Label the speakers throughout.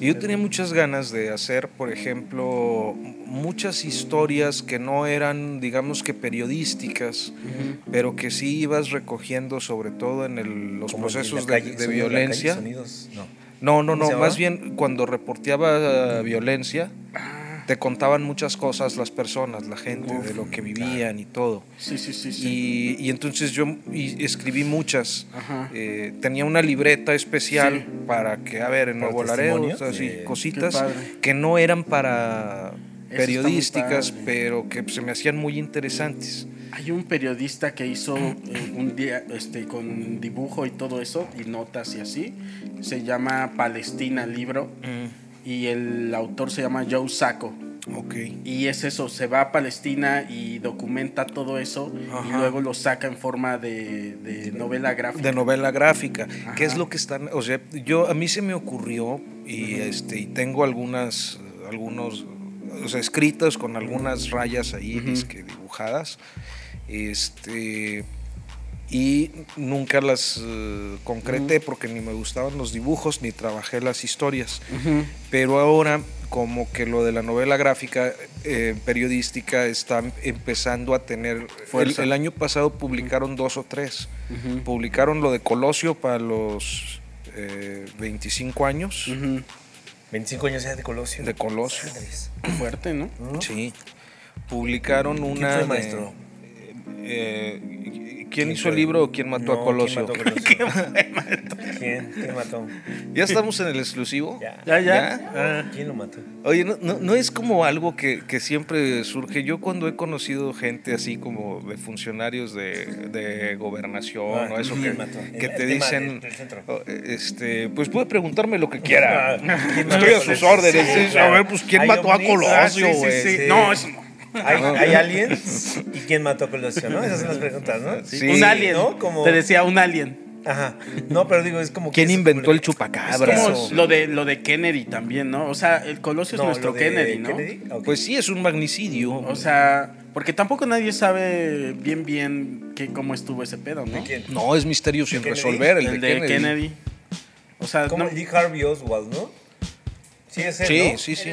Speaker 1: Yo tenía muchas ganas de hacer, por ejemplo, muchas historias que no eran, digamos que periodísticas, pero que sí ibas recogiendo, sobre todo en el- los
Speaker 2: Como el de la
Speaker 1: procesos Pues, de-
Speaker 2: calle-
Speaker 1: de,
Speaker 2: sonido la calle,
Speaker 1: violencia.
Speaker 2: sonidos, no.
Speaker 1: No, no,
Speaker 2: ¿Cómo se
Speaker 1: no,
Speaker 2: llamaba?
Speaker 1: más bien cuando reporteaba eh, violencia,
Speaker 2: Ah.
Speaker 1: te contaban muchas cosas las personas, la gente, de lo que vivían y todo.
Speaker 3: Sí, sí, sí. sí.
Speaker 1: Y, y entonces yo y escribí muchas.
Speaker 3: Ajá.
Speaker 1: Eh, tenía una libreta especial
Speaker 3: Sí.
Speaker 1: para que, a ver, en
Speaker 2: ¿Para
Speaker 1: Nuevo Laredo,
Speaker 2: testimonios?
Speaker 1: o sea, sí,
Speaker 2: Sí.
Speaker 1: cositas
Speaker 3: Qué padre.
Speaker 1: que no eran para
Speaker 3: muy
Speaker 1: periodísticas,
Speaker 3: padre.
Speaker 1: pero que se me hacían muy interesantes.
Speaker 3: Hay un periodista que hizo eh, un día este, con dibujo y todo eso, y notas y así. Se llama Palestina Libro.
Speaker 1: Mm.
Speaker 3: Y el autor se llama Joe Sacco.
Speaker 1: Ok.
Speaker 3: Y es eso, se va a Palestina y documenta todo eso y
Speaker 1: Ajá.
Speaker 3: luego lo saca en forma de, de novela gráfica.
Speaker 1: De novela gráfica.
Speaker 3: Ajá.
Speaker 1: ¿Qué es lo que están.? O sea, yo, a mí se me ocurrió y, este, y tengo algunas. eh, Algunos. O sea, escritos con algunas rayas ahí, dizque dibujadas. Este. Y nunca las eh, concreté porque ni me gustaban los dibujos ni trabajé las historias.
Speaker 3: Ujú.
Speaker 1: Pero ahora, como que lo de la novela gráfica eh, periodística está empezando a tener
Speaker 3: Fuerza.
Speaker 1: El, el año pasado publicaron dos o tres. Publicaron lo de Colosio para los eh, 25 años
Speaker 3: Ujú.
Speaker 2: 25 años ya de Colosio.
Speaker 1: de Colosio.
Speaker 2: Madres.
Speaker 3: Qué Fuerte, ¿no?
Speaker 1: Sí. Publicaron una.
Speaker 2: ¿Quién fue
Speaker 1: de-
Speaker 2: el maestro?
Speaker 1: eh, ¿Quién, hizo
Speaker 2: fue?
Speaker 1: el libro o quién mató
Speaker 2: No,
Speaker 1: a
Speaker 2: ¿quién
Speaker 1: Colosio?
Speaker 2: mató a Colosio? ¿Quién ¿Quién mató?
Speaker 1: ¿Ya estamos en el exclusivo?
Speaker 2: Ya.
Speaker 3: Ya, ya.
Speaker 1: ¿Ya?
Speaker 2: ¿Quién lo mató?
Speaker 1: Oye, no, no- no es como algo que, que siempre surge. Yo cuando he conocido gente así como de funcionarios de, de gobernación
Speaker 2: Ah,
Speaker 1: o eso
Speaker 2: ¿quién
Speaker 1: que,
Speaker 2: mató?
Speaker 1: que
Speaker 2: El-
Speaker 1: te
Speaker 2: el tema
Speaker 1: dicen,
Speaker 2: del- del centro.
Speaker 1: oh, este, pues puede preguntarme lo que quiera.
Speaker 2: Ah, ¿quién mató
Speaker 1: Estoy a sus
Speaker 2: Colosio?
Speaker 1: órdenes.
Speaker 2: Sí,
Speaker 1: sí,
Speaker 2: claro.
Speaker 1: A ver, pues quién
Speaker 2: Hay
Speaker 1: mató a
Speaker 2: ovnis.
Speaker 3: Ah,
Speaker 1: Colosio,
Speaker 3: sí, sí,
Speaker 1: güey.
Speaker 3: sí.
Speaker 2: sí.
Speaker 3: No, eso no.
Speaker 2: ¿Hay, hay aliens? ¿Y quién mató a Colosio? ¿No? Esas son las preguntas, ¿no?
Speaker 1: Sí.
Speaker 3: un alien.
Speaker 2: ¿no? Como-
Speaker 3: Te decía un alien.
Speaker 2: Ajá. No, pero digo, es como que
Speaker 1: ¿Quién
Speaker 2: es-
Speaker 1: inventó el
Speaker 3: Como
Speaker 1: chupacabra?
Speaker 2: Abrazo.
Speaker 3: lo de, lo de Kennedy también, ¿no? O sea, el Colosio
Speaker 2: No,
Speaker 3: es nuestro
Speaker 2: lo de
Speaker 3: Kennedy, ¿no?
Speaker 2: Kennedy? Ah, ok.
Speaker 1: Pues sí, es un magnicidio.
Speaker 3: O sea, porque tampoco nadie sabe bien, bien qué, cómo estuvo ese pedo, ¿no?
Speaker 2: ¿Quién?
Speaker 1: no, es misterio sin
Speaker 2: Kennedy?
Speaker 1: resolver.
Speaker 3: El, de Kennedy. O sea,
Speaker 2: Como
Speaker 3: no-
Speaker 2: el D. Harvey Oswald, ¿no? Sí, es él,
Speaker 1: Sí,
Speaker 2: ¿no?
Speaker 1: sí, sí.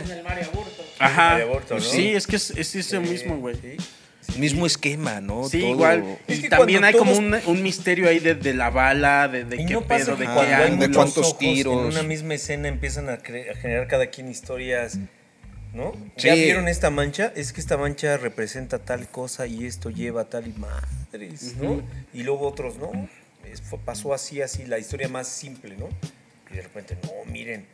Speaker 3: Ajá.
Speaker 2: de aborto, ¿no?
Speaker 3: Sí, es que es, es ese
Speaker 2: Sí,
Speaker 3: mismo, güey.
Speaker 2: sí.
Speaker 1: Mismo esquema, ¿no?
Speaker 3: Sí,
Speaker 1: Todo-
Speaker 3: igual.
Speaker 2: Es
Speaker 3: Y
Speaker 2: que
Speaker 3: también
Speaker 2: cuando
Speaker 3: hay como un,
Speaker 2: todos-
Speaker 3: un misterio ahí de, de la bala, de, de
Speaker 2: Y
Speaker 3: qué
Speaker 2: no pasa
Speaker 3: pedo, de qué
Speaker 1: cuando hay
Speaker 3: ángulo.
Speaker 1: de cuántos
Speaker 2: ojos
Speaker 1: tiros.
Speaker 2: En una misma escena empiezan a, cre- a generar cada quien historias, ¿no?
Speaker 1: Sí.
Speaker 2: ¿Ya vieron esta mancha? Es que esta mancha representa tal cosa y esto lleva tal y madres, ¿no? Y luego otros, ¿no? Es- fue- pasó así, así, la historia más simple, ¿no? Y de repente, no, miren,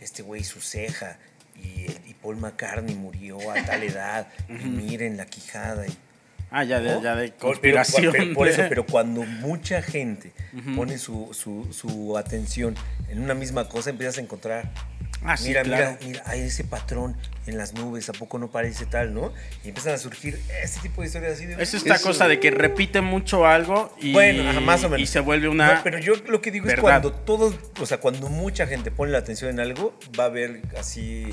Speaker 2: este güey su ceja y, y Paul McCartney murió a tal edad y miren la quijada y
Speaker 3: Ah, ya de,
Speaker 2: ¿no?
Speaker 3: ya de
Speaker 2: Por- pero-
Speaker 3: conspiración.
Speaker 2: pero- por eso,
Speaker 3: de-
Speaker 2: pero cuando mucha gente pone su, su, su atención en una misma cosa, empiezas a encontrar.
Speaker 3: Ah, sí,
Speaker 2: mira,
Speaker 3: claro.
Speaker 2: mira, mira, hay ese patrón en las nubes, ¿a poco no parece tal, no? Y empiezan a surgir este tipo de historias así de.
Speaker 3: Es esta
Speaker 1: Eso-
Speaker 3: cosa de que repite mucho algo y,
Speaker 2: bueno, ajá, más o menos.
Speaker 3: y se vuelve una.
Speaker 2: No, pero yo lo que digo es
Speaker 3: verdad.
Speaker 2: cuando todos, o sea, cuando mucha gente pone la atención en algo, va a haber así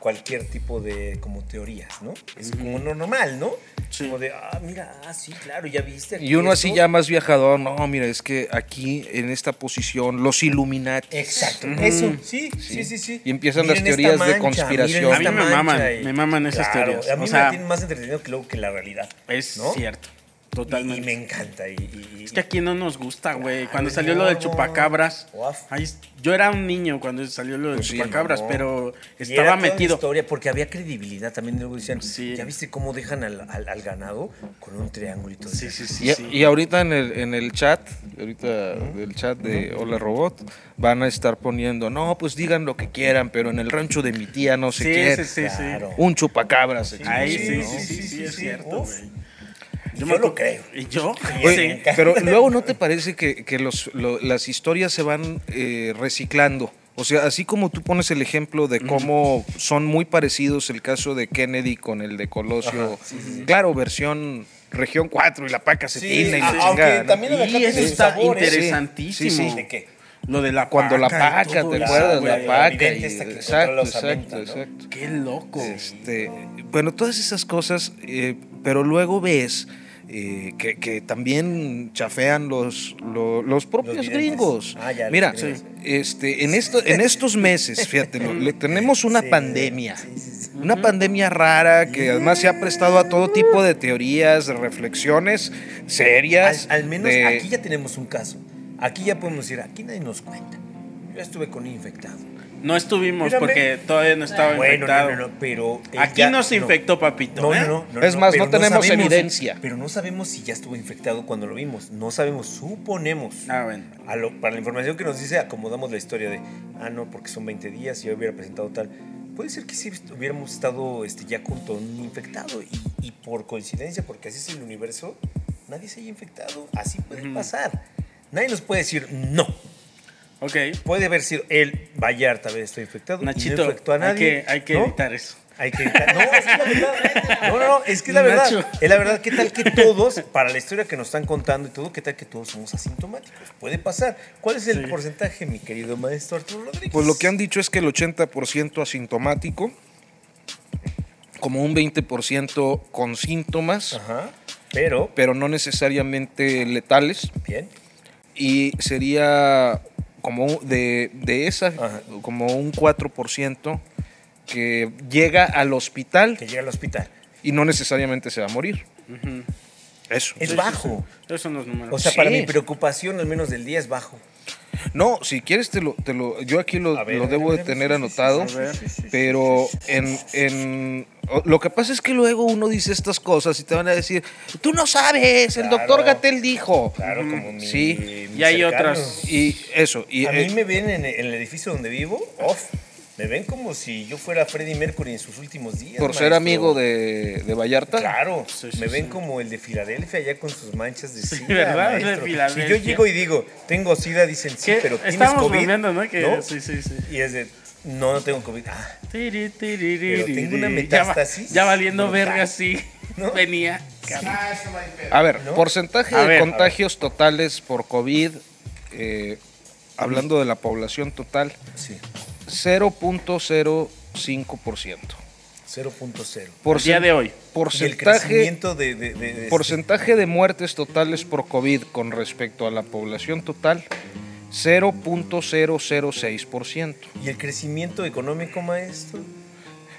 Speaker 2: cualquier tipo de como teorías, ¿no? Es como no normal, ¿no?
Speaker 3: Sí.
Speaker 2: Como de, ah, mira, ah, sí, claro, ya viste. aquí
Speaker 1: Y uno así
Speaker 2: esto.
Speaker 1: ya más viajador, no, mira, es que aquí en esta posición los Illuminati.
Speaker 2: Exacto, eso, sí, sí, sí, sí.
Speaker 1: Y empiezan las
Speaker 2: esta
Speaker 1: teorías de
Speaker 2: mancha,
Speaker 1: conspiración.
Speaker 2: miren esta
Speaker 3: A mí me maman,
Speaker 2: mancha y-
Speaker 3: me maman esas
Speaker 2: Claro,
Speaker 3: teorías.
Speaker 2: A
Speaker 3: O
Speaker 2: mí
Speaker 3: sea,
Speaker 2: me tienen más entretenido que luego que la realidad.
Speaker 3: es
Speaker 2: ¿no?
Speaker 3: cierto.
Speaker 2: Y-
Speaker 3: Totalmente.
Speaker 2: Y, me encanta. Y, y-
Speaker 3: Es que aquí no nos gusta, güey.
Speaker 2: Claro,
Speaker 3: Cuando salió lo del
Speaker 2: no.
Speaker 3: chupacabras.
Speaker 2: Guaf.
Speaker 3: ahí es- yo era un niño cuando salió lo del
Speaker 1: Pues sí,
Speaker 3: chupacabras,
Speaker 2: no.
Speaker 3: pero
Speaker 2: y era
Speaker 3: estaba
Speaker 2: toda una
Speaker 3: metido.
Speaker 2: historia porque había credibilidad también. Luego decían,
Speaker 3: Sí.
Speaker 2: ¿ya viste cómo dejan al, al- al ganado con un triangulito? de-
Speaker 3: Sí, sí, sí.
Speaker 1: Y,
Speaker 3: sí.
Speaker 1: y ahorita en el, en el chat, ahorita del chat de Hola Robot, van a estar poniendo, no, pues digan lo que quieran, pero en el rancho de mi tía no sé
Speaker 3: Sí,
Speaker 1: qué.
Speaker 3: sí, sí, sí.
Speaker 2: Claro.
Speaker 1: Un chupacabras. etc.
Speaker 3: Ahí sí, sí,
Speaker 2: ¿no?
Speaker 3: sí, sí,
Speaker 2: Sí, sí,
Speaker 3: es
Speaker 2: sí.
Speaker 3: cierto,
Speaker 2: Uf.
Speaker 3: güey.
Speaker 2: Yo,
Speaker 3: me
Speaker 2: lo
Speaker 3: acu-
Speaker 2: creo.
Speaker 3: ¿Y yo?
Speaker 1: Oye,
Speaker 3: Sí.
Speaker 1: pero luego no te parece que, que los, lo- las historias se van eh, reciclando. O sea, así como tú pones el ejemplo de cómo son muy parecidos el caso de Kennedy con el de Colosio, claro, versión región 4 y la paca se
Speaker 2: Sí,
Speaker 1: tina y la
Speaker 2: aunque
Speaker 1: chingada. ¿no?
Speaker 2: también
Speaker 3: Y
Speaker 2: tiene
Speaker 3: eso
Speaker 2: sus
Speaker 3: está
Speaker 2: sabores.
Speaker 3: interesantísimo.
Speaker 1: Sí, sí.
Speaker 2: ¿De qué?
Speaker 3: Lo de la
Speaker 1: Cuando la
Speaker 3: paca
Speaker 1: paca,
Speaker 3: y
Speaker 1: ¿te
Speaker 3: todo eso,
Speaker 1: acuerdas?
Speaker 3: güey.
Speaker 1: La
Speaker 2: güey,
Speaker 1: paca.
Speaker 2: evidente
Speaker 1: y-
Speaker 2: esta que controla
Speaker 1: exacto,
Speaker 2: los
Speaker 1: exacto,
Speaker 2: Samantha, ¿no?
Speaker 1: exacto.
Speaker 3: Qué loco.
Speaker 1: Este, bueno, todas esas cosas, eh, pero luego ves eh, que, que también chafean los, lo- los propios
Speaker 2: videntes.
Speaker 1: gringos.
Speaker 2: Ah, ya, los
Speaker 1: Mira,
Speaker 2: gringos.
Speaker 1: este, en, esto, en estos meses, fíjate, lo- le tenemos una
Speaker 2: Sí,
Speaker 1: pandemia.
Speaker 2: sí, sí, sí.
Speaker 1: Una pandemia rara que además se ha prestado a todo tipo de teorías, de reflexiones
Speaker 2: Al,
Speaker 1: serias.
Speaker 2: al menos
Speaker 1: de-
Speaker 2: aquí ya tenemos un caso. Aquí ya podemos decir, aquí nadie nos cuenta. Yo ya estuve con un infectado.
Speaker 3: No estuvimos
Speaker 2: Mírame.
Speaker 3: porque todavía no estaba
Speaker 2: Bueno,
Speaker 3: infectado.
Speaker 2: no, no, no, pero. él
Speaker 3: Aquí
Speaker 2: ya-
Speaker 3: no se
Speaker 2: no.
Speaker 3: infectó, papito.
Speaker 2: No,
Speaker 3: ¿eh?
Speaker 2: no, no, no,
Speaker 1: Es más,
Speaker 2: pero
Speaker 1: no tenemos
Speaker 2: sabemos-
Speaker 1: evidencia.
Speaker 2: Pero no sabemos si ya estuvo infectado cuando lo vimos. No sabemos, suponemos.
Speaker 3: Ah, bueno.
Speaker 2: A lo- para la información que nos dice, acomodamos la historia de, ah, no, porque son 20 días y yo hubiera presentado tal. Puede ser que si hubiéramos estado este, ya con todo un infectado y, y por coincidencia, porque así es el universo, nadie se haya infectado. Así puede pasar. Nadie nos puede decir no.
Speaker 3: Ok.
Speaker 2: Puede haber sido él, Vallarta, haber estado infectado. y no
Speaker 3: Nachito,
Speaker 2: infectó a
Speaker 3: hay
Speaker 2: nadie.
Speaker 3: que, hay que
Speaker 2: ¿no?
Speaker 3: evitar eso.
Speaker 2: Hay que evitar- No, es que la verdad. No, no, no, es que es la verdad.
Speaker 3: Nacho.
Speaker 2: Es la verdad, ¿qué tal que todos, para la historia que nos están contando y todo, qué tal que todos somos asintomáticos? Puede pasar. ¿Cuál es el
Speaker 3: Sí.
Speaker 2: porcentaje, mi querido maestro Arturo Rodríguez?
Speaker 1: Pues lo que han dicho es que el 80% asintomático, como un 20% con síntomas,
Speaker 2: Ajá. Pero,
Speaker 1: pero no necesariamente letales.
Speaker 2: bien.
Speaker 1: Y sería como un- de, de esa,
Speaker 2: Ajá.
Speaker 1: como un 4% que llega al hospital
Speaker 2: Que llega al hospital.
Speaker 1: y no necesariamente se va a morir. Eso.
Speaker 2: Es
Speaker 3: Sí, sí,
Speaker 2: bajo.
Speaker 3: sí. Esos son los números.
Speaker 2: O sea, para
Speaker 1: Sí.
Speaker 2: mi preocupación, al menos del día es bajo.
Speaker 1: No, si quieres te lo, te lo yo aquí lo,
Speaker 2: A ver,
Speaker 1: lo
Speaker 2: a ver,
Speaker 1: debo
Speaker 2: a
Speaker 1: de
Speaker 2: ver,
Speaker 1: tener
Speaker 2: sí, sí,
Speaker 1: anotado,
Speaker 3: sí, sí, sí, sí,
Speaker 1: pero en, en o- lo que pasa es que luego uno dice estas cosas y te van a decir, tú no sabes, el
Speaker 2: Claro.
Speaker 1: doctor Gatel dijo.
Speaker 2: Claro, como mi.
Speaker 1: Sí.
Speaker 2: mi
Speaker 3: Y hay
Speaker 2: cercano.
Speaker 3: otras.
Speaker 1: Y eso, y
Speaker 2: A
Speaker 1: eh,
Speaker 2: mí me ven en, en el edificio donde vivo, off. Me ven como si yo fuera Freddie Mercury en sus últimos días.
Speaker 1: por ser
Speaker 2: maestro.
Speaker 1: amigo de, de Vallarta.
Speaker 2: Claro,
Speaker 3: Sí, sí,
Speaker 2: me ven
Speaker 3: sí.
Speaker 2: como el de Filadelfia allá con sus manchas de sida.
Speaker 3: ¿verdad? El de
Speaker 2: maestro.
Speaker 3: Filadelfia.
Speaker 2: Si yo llego y digo, tengo sida, dicen sí,
Speaker 3: ¿Qué?
Speaker 2: pero tienes
Speaker 3: Estábamos
Speaker 2: COVID.
Speaker 3: bromeando, ¿no? Que- sí, sí, sí.
Speaker 2: Y es de, no, no tengo COVID. Ah,
Speaker 3: Tiri, tiri, tiri,
Speaker 2: Pero tengo
Speaker 3: tiri.
Speaker 2: una
Speaker 3: Ya va-
Speaker 2: metástasis
Speaker 3: Ya, valiendo
Speaker 2: brutal.
Speaker 3: verga, sí.
Speaker 2: ¿No?
Speaker 3: Venía.
Speaker 1: A ver,
Speaker 2: ¿No?
Speaker 1: porcentaje
Speaker 3: A
Speaker 1: de
Speaker 3: ver, a
Speaker 1: contagios totales por COVID, eh, hablando de la población total,
Speaker 2: sí,
Speaker 1: 0.05%.
Speaker 2: 0.0.
Speaker 3: Por día
Speaker 1: Porcen-
Speaker 3: de hoy.
Speaker 2: Y el
Speaker 1: Porcentaje
Speaker 2: crecimiento de... de- de- de-
Speaker 1: Porcentaje de muertes totales por COVID con respecto a la población total, 0.006%.
Speaker 2: este, ¿Y el crecimiento económico, maestro?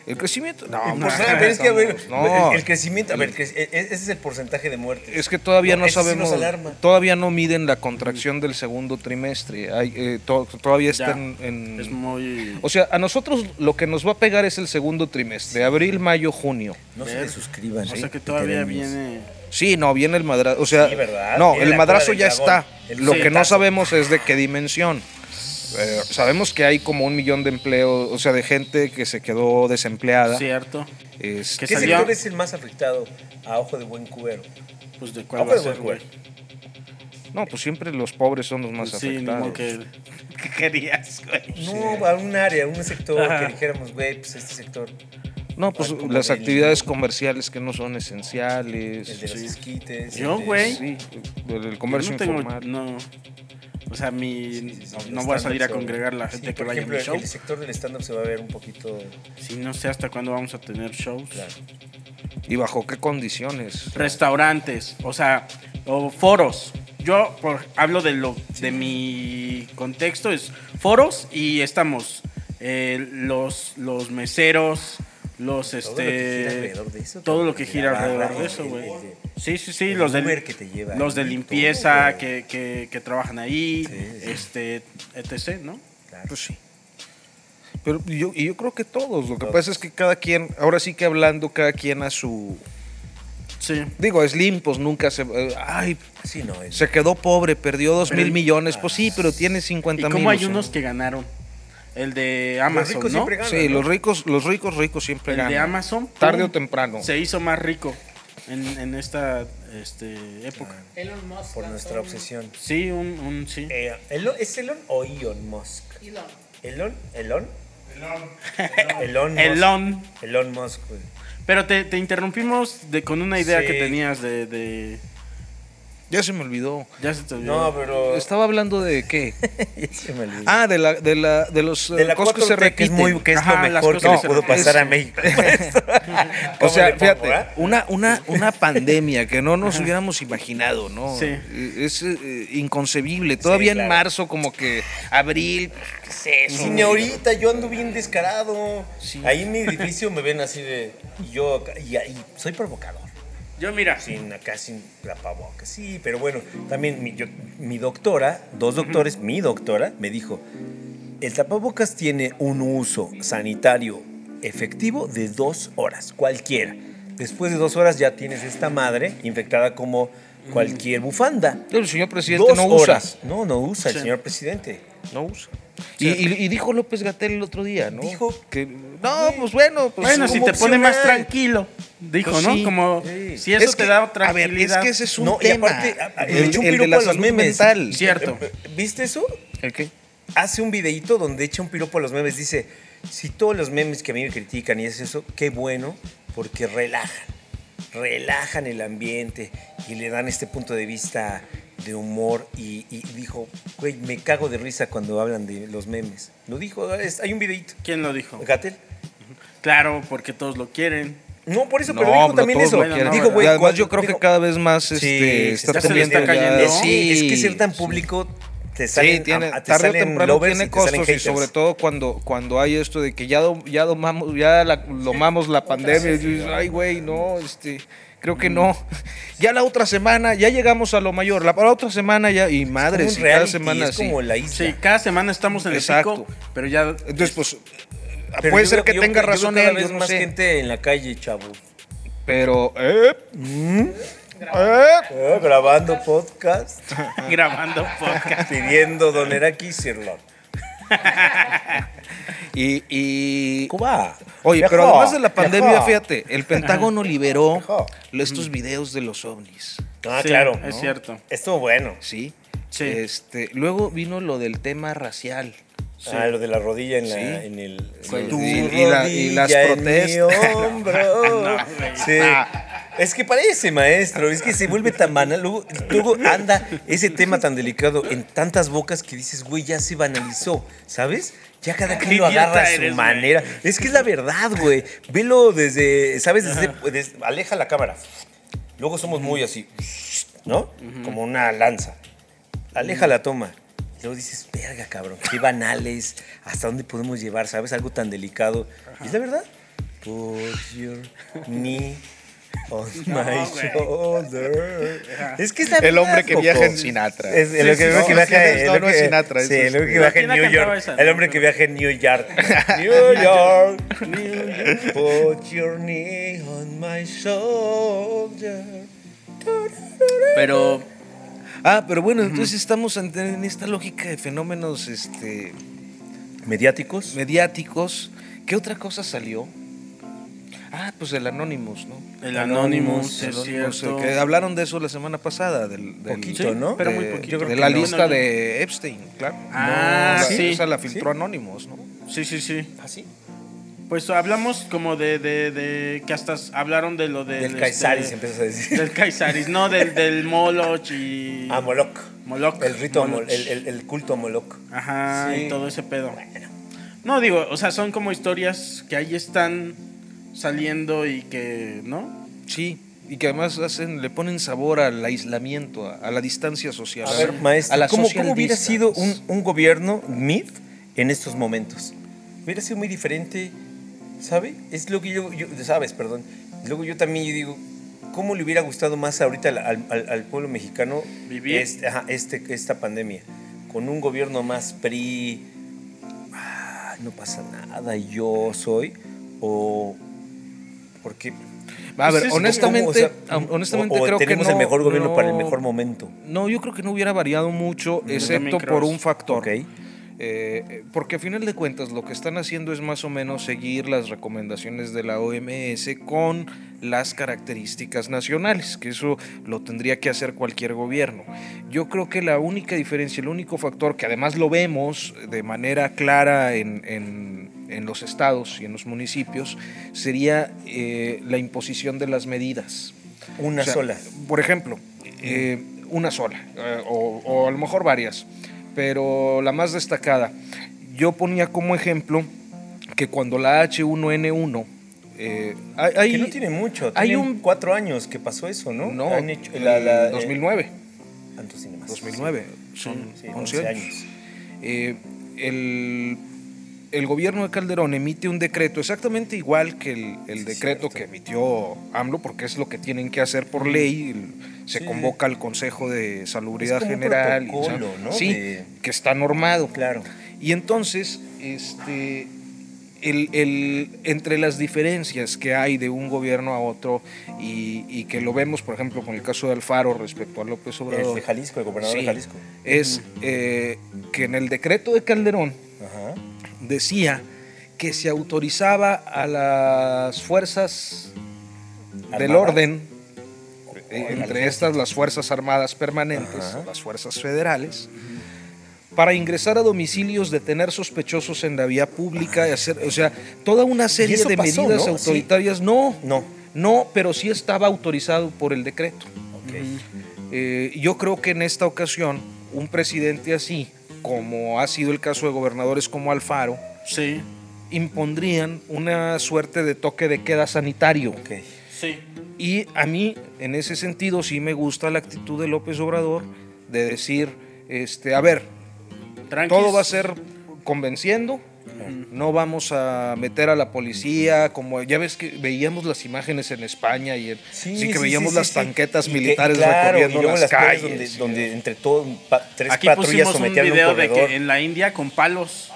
Speaker 1: El crecimiento... No,
Speaker 2: El
Speaker 1: hombre,
Speaker 2: porcentaje- pero es que, a ver,
Speaker 1: no.
Speaker 2: el, el crecimiento... A ver, cre- e- e- ese es el porcentaje de muertes.
Speaker 1: Es que todavía no,
Speaker 2: ese sí
Speaker 1: sabemos,
Speaker 2: nos alarma.
Speaker 1: todavía no miden la contracción del segundo trimestre. Hay, eh, to- todavía está
Speaker 3: Ya.
Speaker 1: en- en-
Speaker 3: Es muy.
Speaker 1: O sea, a nosotros lo que nos va a pegar es el segundo trimestre, abril, mayo, junio.
Speaker 2: No se le suscriban.
Speaker 3: O
Speaker 2: ¿eh?
Speaker 3: sea que todavía
Speaker 2: Queremos.
Speaker 3: viene.
Speaker 1: Sí, no, viene el madrazo. O sea,
Speaker 2: Sí, ¿verdad?
Speaker 1: no,
Speaker 2: Viene
Speaker 1: el
Speaker 2: la
Speaker 1: madrazo
Speaker 2: cola del
Speaker 1: ya
Speaker 2: dragón,
Speaker 1: está.
Speaker 2: el
Speaker 1: Lo que no
Speaker 2: sentazo.
Speaker 1: sabemos es de qué dimensión. Eh, sabemos que hay como un millón de empleos, o sea, de gente que se quedó desempleada. Este,
Speaker 3: Cierto.
Speaker 1: Es-
Speaker 3: Que
Speaker 2: ¿Qué
Speaker 3: salió-
Speaker 2: sector es el más afectado a ojo de buen cubero?
Speaker 3: Pues de
Speaker 2: Ah,
Speaker 3: cuál va a
Speaker 2: pues,
Speaker 3: ser,
Speaker 2: güey.
Speaker 3: güey.
Speaker 1: No, pues siempre los pobres son los más
Speaker 3: Sí, ni modo
Speaker 1: afectados.
Speaker 3: que. ¿Qué querías, güey?
Speaker 2: No, a un área, a un sector
Speaker 3: Ajá.
Speaker 2: que dijéramos, güey, pues este sector,
Speaker 1: No, pues
Speaker 2: Ay, como
Speaker 1: las
Speaker 2: del-
Speaker 1: actividades comerciales que no son esenciales.
Speaker 2: el de los
Speaker 3: Sí.
Speaker 2: esquites.
Speaker 3: Yo,
Speaker 2: el de-
Speaker 3: güey.
Speaker 1: Sí, el el
Speaker 3: Yo
Speaker 1: comercio
Speaker 3: no tengo.
Speaker 1: informal.
Speaker 3: No. O sea, mi.
Speaker 2: Sí, sí, sí, sí,
Speaker 3: no
Speaker 2: el
Speaker 3: voy a salir a
Speaker 2: stand-up se va-
Speaker 3: congregar la
Speaker 2: Sí,
Speaker 3: gente que
Speaker 2: por
Speaker 3: vaya a
Speaker 2: ejemplo,
Speaker 3: mi show.
Speaker 2: El sector del stand-up se va a ver un poquito.
Speaker 3: Sí, no sé hasta cuándo vamos a tener shows.
Speaker 2: Claro.
Speaker 1: ¿Y bajo qué condiciones?
Speaker 3: Restaurantes, o sea, o foros. Yo por- hablo de lo de mi contexto es foros y estamos eh, los los meseros, los
Speaker 2: Todo lo que gira
Speaker 3: este
Speaker 2: alrededor de eso,
Speaker 3: todo
Speaker 2: cabrón,
Speaker 3: lo que
Speaker 2: de la
Speaker 3: gira
Speaker 2: barra,
Speaker 3: alrededor de
Speaker 2: el-
Speaker 3: eso,
Speaker 2: el-
Speaker 3: güey.
Speaker 2: el-
Speaker 3: Sí, sí, sí,
Speaker 2: el
Speaker 3: los de
Speaker 2: Uber que te lleva
Speaker 3: los de
Speaker 2: ahí, todo,
Speaker 3: limpieza
Speaker 2: güey.
Speaker 3: que, que- que trabajan ahí,
Speaker 2: Sí, sí.
Speaker 3: este etc, ¿no?
Speaker 2: Claro.
Speaker 1: Pues sí. Pero yo, y yo creo que todos. Lo que pasa es que cada quien, ahora sí que hablando, cada quien a su.
Speaker 3: Sí.
Speaker 1: Digo, Slim, pues nunca se. eh, Ay,
Speaker 2: Sí, no, es.
Speaker 1: se quedó pobre, perdió dos
Speaker 3: Pero- ah,
Speaker 1: mil millones. Pues sí, pero tiene 50
Speaker 3: Y
Speaker 1: mil.
Speaker 3: como hay
Speaker 1: o sea.
Speaker 3: unos que ganaron. El de Amazon,
Speaker 2: ricos
Speaker 3: ¿no?
Speaker 2: siempre ganan.
Speaker 1: Sí, los ricos, los ricos, ricos siempre
Speaker 3: El
Speaker 1: ganan.
Speaker 3: de Amazon.
Speaker 1: Tarde
Speaker 3: pum,
Speaker 1: o temprano.
Speaker 3: Se hizo más rico en, en esta este, época.
Speaker 2: Ah.
Speaker 4: Elon Musk.
Speaker 2: por
Speaker 4: lanzó
Speaker 2: nuestra
Speaker 4: un-
Speaker 2: obsesión.
Speaker 3: Sí, un, un sí.
Speaker 2: Eh, Elon- ¿Es Elon o Elon Musk?
Speaker 4: Elon.
Speaker 2: ¿Elon? ¿Elon? Elon. Elon Musk.
Speaker 3: Elon.
Speaker 2: Elon Musk, güey.
Speaker 3: Pero te, te interrumpimos de, con una idea
Speaker 2: Sí.
Speaker 3: que tenías de, de,
Speaker 1: Ya se me olvidó.
Speaker 3: Ya se te olvidó.
Speaker 2: No, pero.
Speaker 3: Este,
Speaker 1: Estaba hablando de qué.
Speaker 2: Ya se me olvidó.
Speaker 1: Ah, de, la, de, la, de los eh,
Speaker 2: de la
Speaker 1: cosas que se
Speaker 2: 4T, que es,
Speaker 1: repiten.
Speaker 2: muy, que es
Speaker 3: Ajá,
Speaker 2: lo
Speaker 3: las
Speaker 2: mejor que
Speaker 3: cosas
Speaker 2: le
Speaker 3: que se
Speaker 2: pudo
Speaker 3: repiten.
Speaker 2: pasar a México.
Speaker 1: O sea,
Speaker 2: Cómo le pongo, ah?
Speaker 1: fíjate,
Speaker 2: ¿verdad?
Speaker 1: una, una, una pandemia que no nos hubiéramos imaginado, ¿no?
Speaker 3: Sí.
Speaker 1: Eh, Es eh, inconcebible. Todavía en
Speaker 2: claro.
Speaker 1: marzo, como que abril, ¿qué es eso?
Speaker 2: Señorita, yo ando bien descarado.
Speaker 1: Sí.
Speaker 2: Ahí en mi edificio me ven así de. Y yo. acá- Y, y soy provocador.
Speaker 3: Yo mira,
Speaker 2: Sin acá, sin tapabocas. Sí, pero bueno, también mi, yo- mi doctora, dos doctores, mi doctora, me dijo: el tapabocas tiene un uso sanitario efectivo de dos horas, cualquiera. Después de dos horas ya tienes esta madre infectada como cualquier bufanda.
Speaker 1: El señor presidente
Speaker 2: Dos
Speaker 1: no usa.
Speaker 2: horas. No, no usa
Speaker 3: Sí.
Speaker 2: el señor presidente.
Speaker 1: No usa. Y, y- y dijo López Gatel el otro día, ¿no?
Speaker 2: Dijo-
Speaker 1: que. No, pues bueno, pues.
Speaker 3: bueno,
Speaker 2: como
Speaker 3: si te pone
Speaker 2: opcional.
Speaker 3: más tranquilo, dijo,
Speaker 1: Pues
Speaker 3: ¿no?
Speaker 1: sí.
Speaker 3: Como
Speaker 2: Sí.
Speaker 3: si eso
Speaker 1: Es
Speaker 3: te
Speaker 1: que-
Speaker 3: da
Speaker 1: a ver, es
Speaker 3: tranquilidad.
Speaker 1: que ese es un
Speaker 2: No, y
Speaker 1: tema.
Speaker 2: aparte, a- a- le
Speaker 1: el,
Speaker 2: echó un
Speaker 1: el de
Speaker 2: piropo
Speaker 1: la
Speaker 2: a los
Speaker 1: salud
Speaker 2: memes. Eh,
Speaker 1: mental.
Speaker 3: Cierto.
Speaker 2: ¿Viste eso?
Speaker 1: ¿El qué?
Speaker 2: hace un videíto donde echa un piropo a los memes. Dice, si todos los memes que a mí me critican y es eso, qué bueno, porque relajan, relajan el ambiente y le dan este punto de vista de humor. Y, y dijo, güey, me cago de risa cuando hablan de los memes. Lo dijo, es- hay un videíto.
Speaker 3: ¿Quién lo dijo?
Speaker 2: Gatel.
Speaker 3: Claro, porque todos lo quieren.
Speaker 2: No, por eso,
Speaker 1: No,
Speaker 2: pero dijo
Speaker 1: no
Speaker 2: también
Speaker 1: todos
Speaker 2: eso.
Speaker 1: lo quieren.
Speaker 2: dijo, güey,
Speaker 1: Y además
Speaker 2: cuando-
Speaker 1: yo creo
Speaker 2: dijo,
Speaker 1: que cada vez más este,
Speaker 2: se
Speaker 1: está
Speaker 2: le está
Speaker 1: teniendo
Speaker 3: cayendo.
Speaker 1: ya-
Speaker 2: Sí, es que ser tan público te salen,
Speaker 1: sí, tiene,
Speaker 2: a- te
Speaker 1: tarde o
Speaker 2: salen
Speaker 1: temprano
Speaker 2: lovers
Speaker 1: tiene
Speaker 2: y te salen
Speaker 1: costos y
Speaker 2: haters.
Speaker 1: sobre todo cuando, cuando hay esto de que ya, dom- ya domamos, ya la, domamos la pandemia, y dices, ay güey, no, este, creo
Speaker 2: Mm.
Speaker 1: que no. Ya la otra semana, ya llegamos a lo mayor, la, la otra semana ya, y
Speaker 2: Como
Speaker 1: madres,
Speaker 2: un
Speaker 1: y cada
Speaker 2: reality,
Speaker 1: semana
Speaker 2: es
Speaker 1: así.
Speaker 2: como la
Speaker 3: Sí,
Speaker 2: isla.
Speaker 3: cada semana estamos en el
Speaker 1: Exacto.
Speaker 3: pico, pero ya
Speaker 1: Entonces, pues,
Speaker 2: Pero
Speaker 1: puede
Speaker 2: yo
Speaker 1: ser
Speaker 2: creo-
Speaker 1: que
Speaker 2: yo
Speaker 1: tenga
Speaker 2: creo- yo
Speaker 1: razón
Speaker 2: creo
Speaker 1: él,
Speaker 2: cada
Speaker 1: yo
Speaker 2: vez
Speaker 1: no
Speaker 2: más
Speaker 1: sé.
Speaker 2: gente en la calle, chavo.
Speaker 1: pero... ¿eh? ¿eh?
Speaker 2: Eh, grabando podcast,
Speaker 3: grabando podcast.
Speaker 2: pidiendo doner aquí, Sirlo.
Speaker 1: mm, Y, y-
Speaker 2: Cuba.
Speaker 1: Oye, pero
Speaker 2: Viejo,
Speaker 1: además de la pandemia,
Speaker 2: viejo.
Speaker 1: fíjate, el Pentágono liberó
Speaker 2: Viejo.
Speaker 1: estos
Speaker 2: Mm.
Speaker 1: videos de los ovnis,
Speaker 2: Ah,
Speaker 3: Sí,
Speaker 2: claro.
Speaker 3: es cierto.
Speaker 2: Estuvo bueno.
Speaker 1: ¿sí?
Speaker 3: Sí.
Speaker 1: Este, luego vino lo del tema racial.
Speaker 2: Ah, lo de la rodilla en, la,
Speaker 1: Sí.
Speaker 2: en el. en
Speaker 1: Sí.
Speaker 2: tu
Speaker 1: Y- y la- y las
Speaker 2: rodilla en
Speaker 1: protestas.
Speaker 2: mi hombro.
Speaker 3: No, güey.
Speaker 2: Sí. Es que parece, maestro. Es que se vuelve tan banal. Luego, luego anda ese tema tan delicado en tantas bocas que dices, güey, ya se banalizó. ¿Sabes? Ya cada quien lo
Speaker 3: idiota
Speaker 2: agarra a su
Speaker 3: eres, güey.
Speaker 2: manera. Es que es la verdad, güey. Velo desde. ¿Sabes? Desde, des- aleja la cámara. Luego somos muy así, ¿no? Como una lanza. Aleja la toma. Y luego dices, verga, cabrón, qué banales. ¿Hasta dónde podemos llevar, sabes? Algo tan delicado. ¿Y es la verdad? Put your knee on my
Speaker 3: güey.
Speaker 2: shoulder. Es que es la
Speaker 1: El
Speaker 2: verdad,
Speaker 1: hombre que
Speaker 2: loco.
Speaker 1: viaja en Sinatra.
Speaker 2: Es el
Speaker 1: Sí,
Speaker 2: hombre
Speaker 1: sí,
Speaker 2: que
Speaker 1: sí, sí,
Speaker 2: viaja
Speaker 1: es-
Speaker 2: el
Speaker 1: no,
Speaker 2: hombre
Speaker 1: no es
Speaker 2: que-
Speaker 1: Sinatra, es
Speaker 2: Sí, el
Speaker 1: este.
Speaker 2: hombre que viaja en
Speaker 3: ¿Quién la
Speaker 2: New
Speaker 3: cantaba
Speaker 2: York.
Speaker 3: esa?
Speaker 2: El hombre que viaja en New York. New York. Put your knee on my shoulder.
Speaker 3: Pero
Speaker 1: Ah, pero bueno, entonces estamos ante- en esta lógica de fenómenos este,
Speaker 2: ¿Mediáticos?
Speaker 1: mediáticos. ¿Qué otra cosa salió? Ah, pues el Anonymous, ¿no?
Speaker 3: el Anonymous,
Speaker 1: El
Speaker 3: es
Speaker 1: Anonymous,
Speaker 3: cierto.
Speaker 1: eh, que hablaron de eso la semana pasada. Del, del-
Speaker 2: Poquito, Sí, ¿no?
Speaker 1: de-
Speaker 3: pero muy poquito.
Speaker 1: De,
Speaker 3: Yo creo
Speaker 1: la
Speaker 3: que no.
Speaker 1: lista de Epstein, claro.
Speaker 3: Ah,
Speaker 1: No, la-
Speaker 3: sí.
Speaker 1: Esa la filtró Anonymous, ¿no?
Speaker 3: Sí, sí, sí.
Speaker 2: ¿Así?
Speaker 3: Pues hablamos como de, de, de que hasta hablaron de lo del
Speaker 2: Del
Speaker 3: este,
Speaker 2: Kaisaris, empiezas a decir.
Speaker 3: Del Kaisaris, no del del Moloch y
Speaker 2: Ah, Moloch.
Speaker 3: Moloch.
Speaker 2: El rito, a Mol-
Speaker 3: Moloch.
Speaker 2: el, el- el culto a Moloch.
Speaker 3: Ajá,
Speaker 2: Sí.
Speaker 3: y todo ese pedo. No, digo, o sea, son como historias que ahí están saliendo y que, ¿no?
Speaker 1: Sí. Y que además hacen, le ponen sabor al aislamiento, a, a la distancia social.
Speaker 2: A ver, maestro,
Speaker 1: a la
Speaker 2: ¿cómo,
Speaker 1: social
Speaker 2: cómo hubiera
Speaker 1: distance.
Speaker 2: sido un, un gobierno MIF en estos momentos? Hubiera sido muy diferente, ¿sabe? Es lo que yo, yo- ¿sabes? Perdón. Luego yo también yo digo, ¿cómo le hubiera gustado más ahorita al, al- al- al pueblo mexicano
Speaker 3: Vivir.
Speaker 2: este- ajá, este- esta pandemia? Con un gobierno más PRI, ah, no pasa nada, yo soy, o... Porque...
Speaker 1: A ver,
Speaker 3: Pues es como-
Speaker 1: honestamente,
Speaker 2: ¿cómo? O sea,
Speaker 1: hon- honestamente
Speaker 2: o- o
Speaker 1: creo que
Speaker 2: tenemos
Speaker 1: no-
Speaker 2: el mejor gobierno
Speaker 1: no-
Speaker 2: para el mejor momento.
Speaker 1: No, yo creo que no hubiera variado mucho,
Speaker 3: también
Speaker 1: excepto
Speaker 3: creo
Speaker 1: por
Speaker 3: eso.
Speaker 1: un factor.
Speaker 2: Ok.
Speaker 1: Eh, eh, porque a final de cuentas lo que están haciendo es más o menos seguir las recomendaciones de la OMS con las características nacionales, que eso lo tendría que hacer cualquier gobierno. Yo creo que la única diferencia, el único factor que además lo vemos de manera clara en, en- en los estados y en los municipios, sería eh, la imposición de las medidas.
Speaker 2: Una
Speaker 1: O sea,
Speaker 2: sola.
Speaker 1: Por ejemplo, eh, una sola, eh, o, o a lo mejor varias, pero la más destacada. Yo ponía como ejemplo que cuando la H1N1... eh, hay- hay-
Speaker 2: que no tiene mucho.
Speaker 1: hay
Speaker 2: Hay
Speaker 1: un-
Speaker 2: un cuatro años que pasó eso, ¿no?
Speaker 1: No,
Speaker 2: Han hecho,
Speaker 1: en
Speaker 2: la, la, eh, ah,
Speaker 1: 2009.
Speaker 2: ¿cuántos tiene más?
Speaker 1: 2009, son
Speaker 2: Sí,
Speaker 1: 11
Speaker 2: 11
Speaker 1: años.
Speaker 2: años.
Speaker 1: Eh, el, el gobierno de Calderón emite un decreto exactamente igual que el, el
Speaker 2: Sí,
Speaker 1: decreto
Speaker 2: cierto. Mm.
Speaker 1: que emitió AMLO, porque es lo que tienen que hacer por ley. el- Se
Speaker 2: Sí.
Speaker 1: convoca al Consejo de Salubridad
Speaker 2: como un
Speaker 1: General. y-
Speaker 2: protocolo, ¿no?
Speaker 1: Sí,
Speaker 2: De-
Speaker 1: que está normado.
Speaker 2: Claro.
Speaker 1: Y entonces, este, el- el- entre las diferencias que hay de un gobierno a otro y, y que lo vemos, por ejemplo, con el caso de Alfaro respecto a López Obrador.
Speaker 2: El de Jalisco, el gobernador
Speaker 1: Sí,
Speaker 2: de Jalisco.
Speaker 1: Es eh, que en el decreto de Calderón
Speaker 2: Ajá.
Speaker 1: decía que se autorizaba a las fuerzas del
Speaker 2: Armadas.
Speaker 1: orden, eh,
Speaker 2: al
Speaker 1: entre
Speaker 2: ejército.
Speaker 1: estas las Fuerzas Armadas Permanentes,
Speaker 2: Ajá.
Speaker 1: las Fuerzas Federales, para ingresar a domicilios, detener sospechosos en la vía pública, y hacer, o sea, toda una serie
Speaker 2: eso
Speaker 1: de
Speaker 2: pasó,
Speaker 1: medidas
Speaker 2: ¿no? Sí.
Speaker 1: autoritarias. No,
Speaker 2: No.
Speaker 1: no, pero sí estaba autorizado por el decreto.
Speaker 2: Ok.
Speaker 1: Eh, yo creo que en esta ocasión un presidente así, como ha sido el caso de gobernadores como Alfaro,
Speaker 3: Sí,
Speaker 1: impondrían una suerte de toque de queda sanitario.
Speaker 2: Ok.
Speaker 3: sí.
Speaker 1: Y a mí, en ese sentido, sí me gusta la actitud de López Obrador de decir, este, a ver,
Speaker 3: Tranquis.
Speaker 1: todo va a ser convenciendo. No vamos a meter a la policía, como ya ves que veíamos las imágenes en España y en- sí, que veíamos
Speaker 2: sí,
Speaker 1: las
Speaker 2: sí.
Speaker 1: tanquetas
Speaker 2: Y que-
Speaker 1: militares
Speaker 2: claro, y
Speaker 1: recorriendo
Speaker 2: luego
Speaker 1: las,
Speaker 2: calles
Speaker 1: calles.
Speaker 2: donde-
Speaker 1: y-
Speaker 2: donde, entre todos pa- tres
Speaker 3: Aquí
Speaker 2: patrullas
Speaker 3: pusimos un
Speaker 2: sometían a un
Speaker 3: video de
Speaker 2: corredor.
Speaker 3: que en la India con palos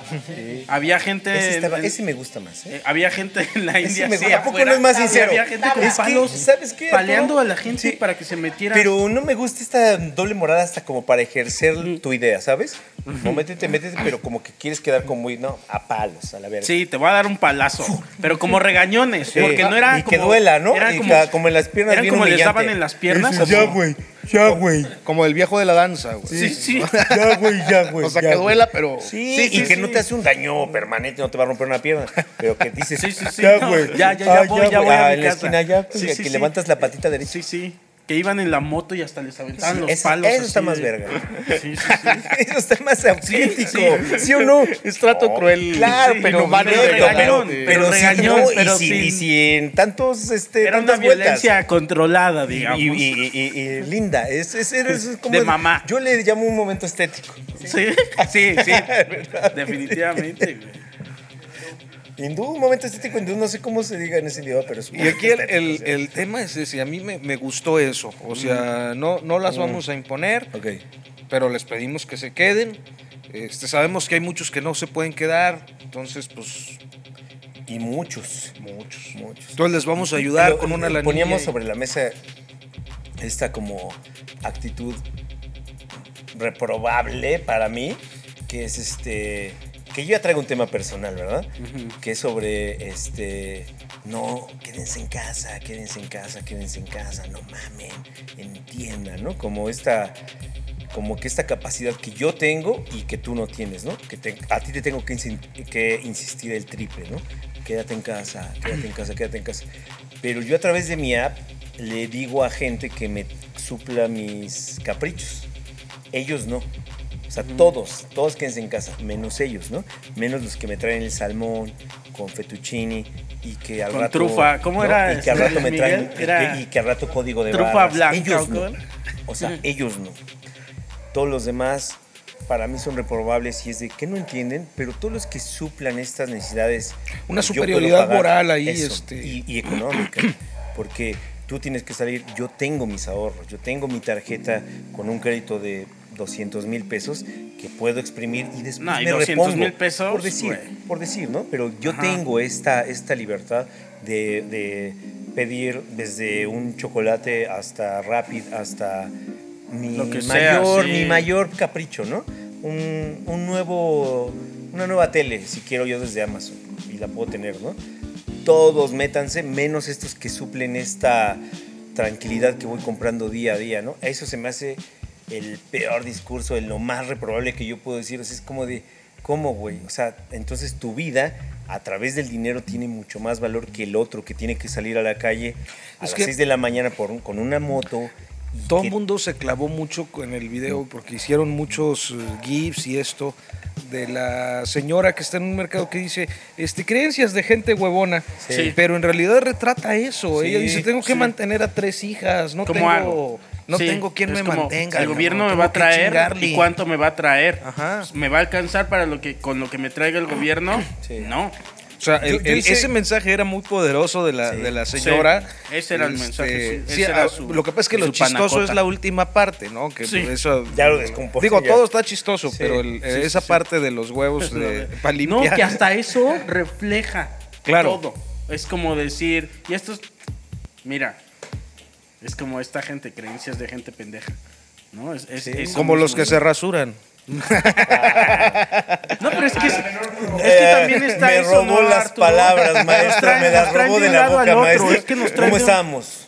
Speaker 3: había gente.
Speaker 2: ese, estaba-
Speaker 3: en-
Speaker 2: ese me gusta más, ¿eh?
Speaker 3: eh, había gente en la
Speaker 2: Ese
Speaker 3: India.
Speaker 2: me
Speaker 3: sí,
Speaker 2: gusta. ¿A poco
Speaker 3: afuera,
Speaker 2: no es más
Speaker 3: había-
Speaker 2: sincero?
Speaker 3: Había gente con
Speaker 2: Es que,
Speaker 3: palos
Speaker 2: ¿sabes qué?
Speaker 3: paleando
Speaker 2: Todo-
Speaker 3: a la gente
Speaker 2: Sí.
Speaker 3: para que se metiera.
Speaker 2: Pero no me gusta esta doble morada hasta como para ejercer tu idea, ¿sabes? No métete, métete, pero como que quieres quedar como muy, no, a palos, a la verga.
Speaker 3: Sí, te voy a dar un palazo. Pero como regañones.
Speaker 2: Sí.
Speaker 3: Porque no era
Speaker 2: y
Speaker 3: como.
Speaker 2: que duela, ¿no?
Speaker 3: Era
Speaker 2: y
Speaker 3: como,
Speaker 2: ca- como en las piernas
Speaker 3: eran
Speaker 2: bien
Speaker 3: como les
Speaker 2: humillante.
Speaker 3: daban en las piernas.
Speaker 2: Eso, ya,
Speaker 3: como-
Speaker 2: güey, ya, güey.
Speaker 1: Como el viejo de la danza, güey.
Speaker 3: Sí, sí.
Speaker 2: Ya, güey, ya, güey.
Speaker 1: O sea,
Speaker 2: pues ya,
Speaker 1: que
Speaker 2: güey.
Speaker 1: duela, pero.
Speaker 2: Sí,
Speaker 3: Sí,
Speaker 2: y
Speaker 3: sí,
Speaker 2: que
Speaker 3: sí.
Speaker 2: no te hace un daño permanente, no te va a romper una pierna. Pero que dices,
Speaker 3: Sí, sí, sí,
Speaker 2: ya,
Speaker 3: no,
Speaker 2: güey.
Speaker 3: ya, ya, ya
Speaker 2: Ah,
Speaker 3: voy, ya voy a
Speaker 2: Ah,
Speaker 3: mi
Speaker 2: en la
Speaker 3: casa.
Speaker 2: esquina, ya, güey.
Speaker 3: Sí, sí,
Speaker 2: que
Speaker 3: sí.
Speaker 2: levantas la patita derecha.
Speaker 3: Sí, sí. Que iban en la moto y hasta les aventaban
Speaker 2: Sí,
Speaker 3: los
Speaker 2: eso-
Speaker 3: palos.
Speaker 2: eso
Speaker 3: así
Speaker 2: está más
Speaker 3: de-
Speaker 2: verga.
Speaker 3: Sí, sí, sí.
Speaker 2: Eso está más auténtico. Sí,
Speaker 3: sí.
Speaker 2: o no?
Speaker 1: Es trato cruel.
Speaker 2: Claro,
Speaker 3: Sí,
Speaker 2: pero
Speaker 3: inhumano,
Speaker 2: directo,
Speaker 3: regañón,
Speaker 2: pero,
Speaker 3: pero
Speaker 2: pero sin-
Speaker 3: regañón,
Speaker 2: no, y
Speaker 3: pero
Speaker 2: sin- y
Speaker 3: sin-
Speaker 2: sin tantos, este,
Speaker 3: Era una
Speaker 2: tantas vueltas.
Speaker 3: violencia controlada,
Speaker 2: Y,
Speaker 3: digamos.
Speaker 2: y- y- y- y linda, es, es- es- es como
Speaker 3: De mamá.
Speaker 2: Yo le llamo un momento estético.
Speaker 3: Sí, sí, sí. Definitivamente, güey.
Speaker 2: Hindú, un momento estético hindú, no sé cómo se diga en ese idioma, pero es un
Speaker 1: Y aquí el,
Speaker 2: momento
Speaker 1: el-
Speaker 2: estético,
Speaker 1: el tema es ese. A mí me, me gustó eso. O sea, no, no las vamos a imponer,
Speaker 2: o sea. Ok.
Speaker 1: pero les pedimos que se queden. Este, sabemos que hay muchos que no se pueden quedar. Entonces, pues,
Speaker 2: Y muchos.
Speaker 1: muchos.
Speaker 2: Muchos.
Speaker 1: Entonces les vamos a ayudar
Speaker 2: Pero,
Speaker 1: con una
Speaker 2: eh,
Speaker 1: lanilla.
Speaker 2: Poníamos
Speaker 1: y-
Speaker 2: sobre la mesa esta como actitud reprobable para mí, que es este. Que yo ya traigo un tema personal, ¿verdad? Que es sobre este. No, quédense en casa, quédense en casa, quédense en casa, no mamen, entiendan, ¿no? Como esta. Como que esta capacidad que yo tengo y que tú no tienes, ¿no? Que te- a ti te tengo que, insin- que insistir el triple, ¿no? Quédate en casa, quédate en casa, quédate en casa. Pero yo a través de mi app le digo a gente que me supla mis caprichos. Ellos no. O sea, todos, todos quédense en casa, menos ellos, ¿no? Menos los que me traen el salmón con fettuccini y que al
Speaker 3: Con
Speaker 2: rato...
Speaker 3: trufa, ¿cómo era
Speaker 2: Y que al
Speaker 3: este
Speaker 2: rato me
Speaker 3: Luis
Speaker 2: traen...
Speaker 3: Miguel?
Speaker 2: y
Speaker 3: Era
Speaker 2: que- Y que al rato código de
Speaker 3: trufa
Speaker 2: barras.
Speaker 3: blanca,
Speaker 2: Ellos
Speaker 3: ¿o
Speaker 2: no.
Speaker 3: cómo era?
Speaker 2: O sea, ellos no. Todos los demás para mí son reprobables y es de que no entienden, pero todos los que suplan estas necesidades...
Speaker 1: Una
Speaker 2: yo puedo
Speaker 1: superioridad
Speaker 2: pagar
Speaker 1: moral ahí,
Speaker 2: eso,
Speaker 1: este.
Speaker 2: Y, y económica. Porque tú tienes que salir, yo tengo mis ahorros, yo tengo mi tarjeta con un crédito de 200 mil pesos que puedo exprimir y después
Speaker 3: No, y
Speaker 2: me
Speaker 3: 200
Speaker 2: repongo.
Speaker 3: mil pesos,
Speaker 2: Por decir,
Speaker 3: güey.
Speaker 2: por decir, ¿no? Pero yo
Speaker 3: Ajá.
Speaker 2: tengo esta, esta libertad de, de pedir desde un chocolate hasta Rapid, hasta mi
Speaker 3: Lo que sea,
Speaker 2: mayor,
Speaker 3: sí.
Speaker 2: mi mayor capricho, ¿no? Un, un nuevo, una nueva tele, si quiero yo desde Amazon, y la puedo tener, ¿no? Todos métanse, menos estos que suplen esta tranquilidad que voy comprando día a día, ¿no? Eso se me hace el peor discurso, el lo más reprobable que yo puedo decir. O sea, es como de, ¿cómo, güey? O sea, entonces tu vida a través del dinero tiene mucho más valor que el otro que tiene que salir a la calle a
Speaker 1: Es
Speaker 2: las
Speaker 1: que-
Speaker 2: 6 de la mañana por un- con una moto
Speaker 1: Todo
Speaker 2: que-
Speaker 1: el mundo se clavó mucho en el video porque hicieron muchos eh, gifs y esto de la señora que está en un mercado que dice este, creencias de gente huevona,
Speaker 3: Sí.
Speaker 1: pero en realidad retrata eso.
Speaker 2: Sí,
Speaker 1: Ella dice, tengo que
Speaker 3: sí.
Speaker 1: mantener a tres hijas, no
Speaker 3: ¿Cómo
Speaker 1: tengo,
Speaker 3: hago?
Speaker 1: No
Speaker 3: Sí,
Speaker 1: tengo quien
Speaker 3: es
Speaker 1: me
Speaker 3: como,
Speaker 1: mantenga.
Speaker 3: El gobierno
Speaker 1: cabrón,
Speaker 3: me va a
Speaker 1: tengo que
Speaker 3: traer
Speaker 1: chingarle".
Speaker 3: y cuánto me va a traer. Pues,
Speaker 1: Ajá.
Speaker 3: ¿Me va a alcanzar para lo que con lo que me traiga el gobierno?
Speaker 2: Sí.
Speaker 3: No.
Speaker 1: O sea, el-
Speaker 2: Yo- yo
Speaker 1: el-
Speaker 2: hice-
Speaker 1: ese mensaje era muy poderoso de la, de la
Speaker 3: Sí,
Speaker 1: señora. Este,
Speaker 3: ese era el mensaje, sí, ese era
Speaker 1: ah,
Speaker 3: su-
Speaker 1: lo que pasa es que lo
Speaker 3: su
Speaker 1: chistoso
Speaker 3: panacota.
Speaker 1: es la última parte, ¿no? Que
Speaker 3: Sí.
Speaker 1: eso,
Speaker 2: Ya lo descompuse,
Speaker 1: Digo,
Speaker 2: ya.
Speaker 1: todo está chistoso,
Speaker 2: Sí,
Speaker 1: pero el- eh, esa parte de los huevos de, para
Speaker 3: No,
Speaker 1: Pues, eh, limpiar.
Speaker 3: que hasta eso refleja
Speaker 1: Claro.
Speaker 3: todo. Es como decir, y esto es, mira, es como esta gente, creencias de gente pendeja. ¿No? Es, es-
Speaker 2: Sí.
Speaker 3: eso
Speaker 1: Como los
Speaker 3: mismo,
Speaker 1: que se rasuran.
Speaker 3: No, pero es que, es que también
Speaker 1: Eh,
Speaker 3: está
Speaker 2: Eh, me
Speaker 3: eso,
Speaker 2: robó
Speaker 3: ¿no,
Speaker 2: las
Speaker 3: Arturo?
Speaker 2: palabras,
Speaker 3: Nos
Speaker 2: maestra.
Speaker 3: traen-
Speaker 2: me
Speaker 3: nos
Speaker 2: las
Speaker 3: traen
Speaker 2: robó de
Speaker 3: un
Speaker 2: la
Speaker 3: lado al
Speaker 2: boca,
Speaker 3: otro,
Speaker 2: maestra.
Speaker 3: es que nos traen
Speaker 2: ¿Cómo
Speaker 3: de un-
Speaker 2: estamos?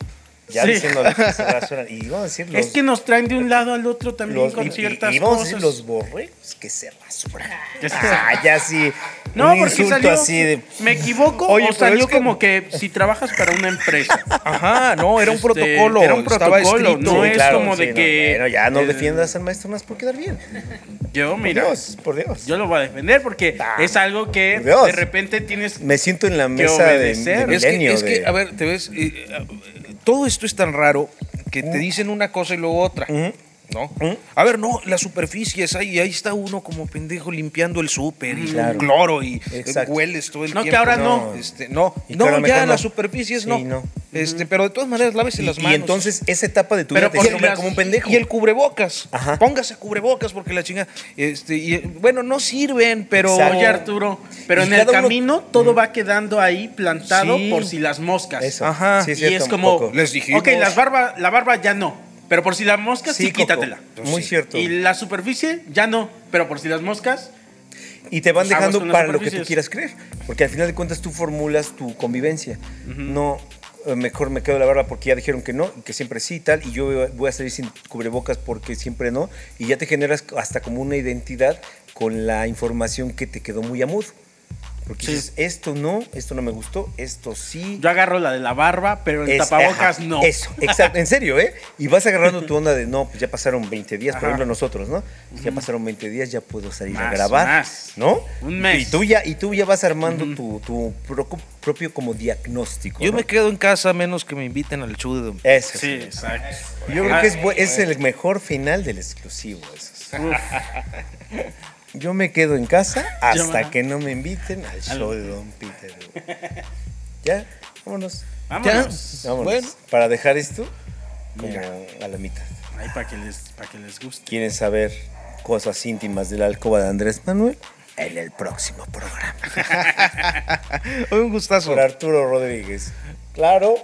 Speaker 2: Ya
Speaker 3: Sí.
Speaker 2: diciéndole que se rasuran. Y vamos a decir los...
Speaker 3: Es que nos traen de un lado al otro también
Speaker 2: los-
Speaker 3: con
Speaker 2: y- y-
Speaker 3: ciertas
Speaker 2: y vamos a
Speaker 3: cosas.
Speaker 2: decir los borregos que se rasuran.
Speaker 3: Que se-
Speaker 2: Ah, ya sí.
Speaker 3: No,
Speaker 2: un
Speaker 3: porque
Speaker 2: insulto
Speaker 3: salió,
Speaker 2: así de...
Speaker 3: me equivoco
Speaker 1: Oye,
Speaker 3: o
Speaker 1: pero
Speaker 3: salió
Speaker 1: es que-
Speaker 3: como que si trabajas para una empresa.
Speaker 2: Ah,
Speaker 1: Ajá, no, era un
Speaker 3: Este,
Speaker 1: protocolo.
Speaker 3: era un
Speaker 1: estaba
Speaker 3: protocolo,
Speaker 1: escrito.
Speaker 3: no
Speaker 2: Sí,
Speaker 3: es como de
Speaker 2: no,
Speaker 3: que-
Speaker 2: bueno, ya no
Speaker 3: el-
Speaker 2: defiendas al maestro más por quedar bien.
Speaker 3: Yo,
Speaker 2: Por
Speaker 3: mira,
Speaker 2: Dios, por Dios.
Speaker 3: yo lo voy a defender porque
Speaker 2: Ah,
Speaker 3: es algo que
Speaker 2: por Dios.
Speaker 3: de repente tienes
Speaker 2: me siento en la mesa de, de
Speaker 3: obedecer.
Speaker 1: Es que,
Speaker 2: milenio.
Speaker 1: es que,
Speaker 2: de-
Speaker 1: a ver, te ves, eh, eh, todo esto es tan raro que te dicen una cosa y luego otra.
Speaker 2: Ujú.
Speaker 1: ¿No?
Speaker 2: Ujú.
Speaker 1: A ver, no, las superficies, ahí, ahí está uno como pendejo limpiando el súper y
Speaker 2: Claro.
Speaker 1: con cloro y eh,
Speaker 2: Exacto.
Speaker 1: hueles todo el
Speaker 3: No, que
Speaker 1: tiempo.
Speaker 3: ahora no.
Speaker 1: Este, no,
Speaker 2: Y
Speaker 1: no,
Speaker 2: que ahora
Speaker 1: ya
Speaker 2: mejor no.
Speaker 1: las superficies no.
Speaker 2: Sí, no.
Speaker 1: Este, pero de todas maneras, lávese
Speaker 2: y,
Speaker 1: las
Speaker 2: y
Speaker 1: manos.
Speaker 2: entonces esa etapa de tu
Speaker 3: Pero
Speaker 2: vida te
Speaker 3: con
Speaker 2: siembra
Speaker 3: las-
Speaker 2: como un pendejo.
Speaker 1: Y el cubrebocas.
Speaker 2: Ajá.
Speaker 1: Póngase cubrebocas porque la chinga. Este, y, eh, bueno, no sirven, pero.
Speaker 2: Exacto.
Speaker 3: Oye, Arturo, pero
Speaker 2: Y
Speaker 3: en el
Speaker 2: cada uno- Mm.
Speaker 3: camino todo va quedando ahí plantado
Speaker 1: Sí.
Speaker 3: por si las moscas.
Speaker 2: Eso.
Speaker 1: Ajá.
Speaker 2: Sí,
Speaker 3: y
Speaker 2: cierto,
Speaker 3: es
Speaker 2: un
Speaker 3: como,
Speaker 2: poco.
Speaker 1: Les dijimos.
Speaker 3: ok, las barba, la barba ya no, pero por si las moscas sí,
Speaker 2: Coco,
Speaker 3: quítatela.
Speaker 2: Muy
Speaker 1: Sí.
Speaker 2: cierto.
Speaker 3: Y
Speaker 2: Y,
Speaker 3: la superficie ya no, pero por si las moscas,
Speaker 2: te van
Speaker 3: Pues aguas
Speaker 2: dejando
Speaker 3: con las
Speaker 2: para lo que tú
Speaker 3: superficies.
Speaker 2: quieras creer. Porque al final de cuentas tú formulas tu convivencia. No, eh, mejor me quedo la barba porque ya dijeron que no, y que siempre sí y tal. Y yo voy a- voy a salir sin cubrebocas porque siempre no. Y ya te generas hasta como una identidad con la información que te quedó muy a mood. Porque
Speaker 3: Sí.
Speaker 2: dices, esto no, esto no me gustó, esto sí.
Speaker 3: yo agarro la de la barba, pero el
Speaker 2: Es-
Speaker 3: tapabocas
Speaker 2: ajá,
Speaker 3: no.
Speaker 2: Eso, exacto, en serio, ¿eh? Y vas agarrando tu onda de, no, pues ya pasaron 20 días, por
Speaker 3: Ajá.
Speaker 2: ejemplo, nosotros, ¿no? Pues Ya pasaron 20 días, ya puedo salir a
Speaker 3: Más,
Speaker 2: grabar,
Speaker 3: más.
Speaker 2: ¿no?
Speaker 3: Un mes.
Speaker 2: Y tú ya, y tú ya vas armando tu, tu pro- propio como diagnóstico.
Speaker 1: Yo
Speaker 2: ¿no?
Speaker 1: me quedo en casa a menos que me inviten al show de Don
Speaker 2: Eso.
Speaker 3: Sí, exacto.
Speaker 2: Yo creo que es,
Speaker 3: Ah,
Speaker 2: bu- es el mejor final del exclusivo. eso.
Speaker 3: uf,
Speaker 2: Yo me quedo en casa hasta
Speaker 3: ajá.
Speaker 2: que no me inviten al show de Don Peter. ya, vámonos.
Speaker 3: vámonos.
Speaker 2: Vámonos.
Speaker 1: Bueno.
Speaker 2: Para dejar esto como
Speaker 3: Mira.
Speaker 2: a la mitad.
Speaker 3: Ahí para que les, para que les guste.
Speaker 2: ¿Quieren saber cosas íntimas de la alcoba de Andrés Manuel? En el próximo programa.
Speaker 1: Un gustazo.
Speaker 2: Por Arturo Rodríguez. Claro.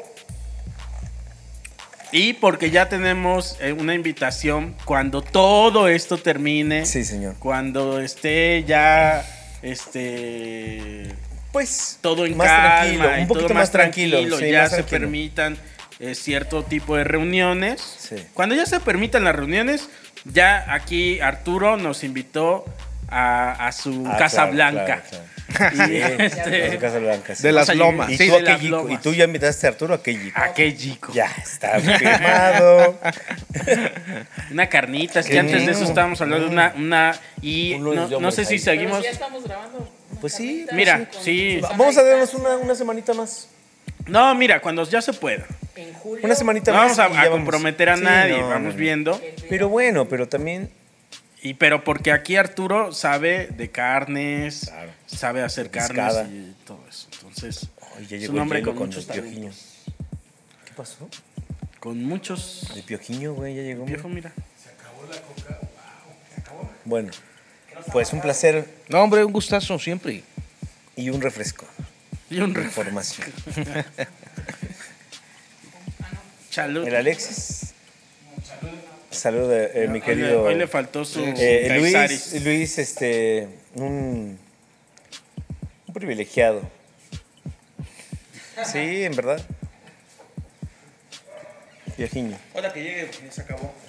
Speaker 3: Y porque ya tenemos eh, una invitación cuando todo esto termine.
Speaker 2: Sí, señor.
Speaker 3: Cuando esté ya este
Speaker 2: Pues
Speaker 3: todo en
Speaker 2: más
Speaker 3: calma
Speaker 2: tranquilo,
Speaker 3: y
Speaker 2: un poquito
Speaker 3: todo
Speaker 2: más tranquilo. sí,
Speaker 3: ya
Speaker 2: más
Speaker 3: se
Speaker 2: tranquilo.
Speaker 3: permitan eh, cierto tipo de reuniones.
Speaker 2: Sí.
Speaker 3: Cuando ya se permitan las reuniones, ya aquí Arturo nos invitó a, a su
Speaker 2: Ah,
Speaker 3: Casa
Speaker 2: claro,
Speaker 3: Blanca.
Speaker 2: claro,
Speaker 3: Y,
Speaker 2: claro. Sí,
Speaker 3: este,
Speaker 2: a su Casa Blanca. sí.
Speaker 1: De las
Speaker 3: Vamos a ir-
Speaker 1: lomas.
Speaker 2: ¿Y,
Speaker 3: sí,
Speaker 2: tú a
Speaker 3: de
Speaker 2: qué
Speaker 3: las
Speaker 2: Yico?
Speaker 3: lomas. Ah,
Speaker 2: ¿Y tú ya invitaste a Arturo a qué Yico?
Speaker 3: ¿A qué chico?
Speaker 2: Ya, está firmado.
Speaker 3: Una carnita, es que antes de eso estábamos hablando de una, una y
Speaker 2: Uno
Speaker 3: no,
Speaker 2: es yo,
Speaker 3: no sé
Speaker 2: pues, ahí.
Speaker 3: si seguimos.
Speaker 4: Pero si ya estamos grabando. unas
Speaker 2: Pues sí,
Speaker 4: carnitas
Speaker 3: mira,
Speaker 4: con
Speaker 3: sí.
Speaker 4: sus
Speaker 2: Vamos a darnos
Speaker 4: amiguitas
Speaker 2: una, una semanita más.
Speaker 3: No, mira, cuando ya se pueda.
Speaker 4: En julio.
Speaker 2: Una semanita
Speaker 3: No vamos
Speaker 2: más. y
Speaker 3: a, a
Speaker 2: ya vamos.
Speaker 3: comprometer a
Speaker 2: Sí,
Speaker 3: nadie,
Speaker 2: no, no,
Speaker 3: vamos
Speaker 2: no.
Speaker 3: viendo.
Speaker 2: Pero bueno, pero también
Speaker 3: Y pero porque aquí Arturo sabe de carnes,
Speaker 2: Claro.
Speaker 3: sabe hacer
Speaker 2: Pescada.
Speaker 3: carnes y todo eso. Entonces,
Speaker 2: Ay, ya
Speaker 3: es
Speaker 2: llegó
Speaker 3: un hombre
Speaker 2: el hielo
Speaker 3: con
Speaker 2: con
Speaker 3: muchos
Speaker 2: el piojiño.
Speaker 3: talentos.
Speaker 2: ¿Qué pasó?
Speaker 3: Con muchos
Speaker 2: El piojiño, güey, ya llegó.
Speaker 3: viejo, mira.
Speaker 2: Bueno, pues un placer
Speaker 1: No, hombre, un gustazo siempre.
Speaker 2: y un refresco.
Speaker 3: Y un
Speaker 2: de
Speaker 3: re-
Speaker 2: Información.
Speaker 3: Salud.
Speaker 2: El Alexis. Saludos, eh, mi
Speaker 3: Hoy le-
Speaker 2: querido.
Speaker 3: Hoy le faltó su
Speaker 2: eh,
Speaker 3: Caisaris.
Speaker 2: Luis, Luis, este, un, un privilegiado. Sí, en verdad. Piojiño.
Speaker 1: Hola, que llegue, se acabó.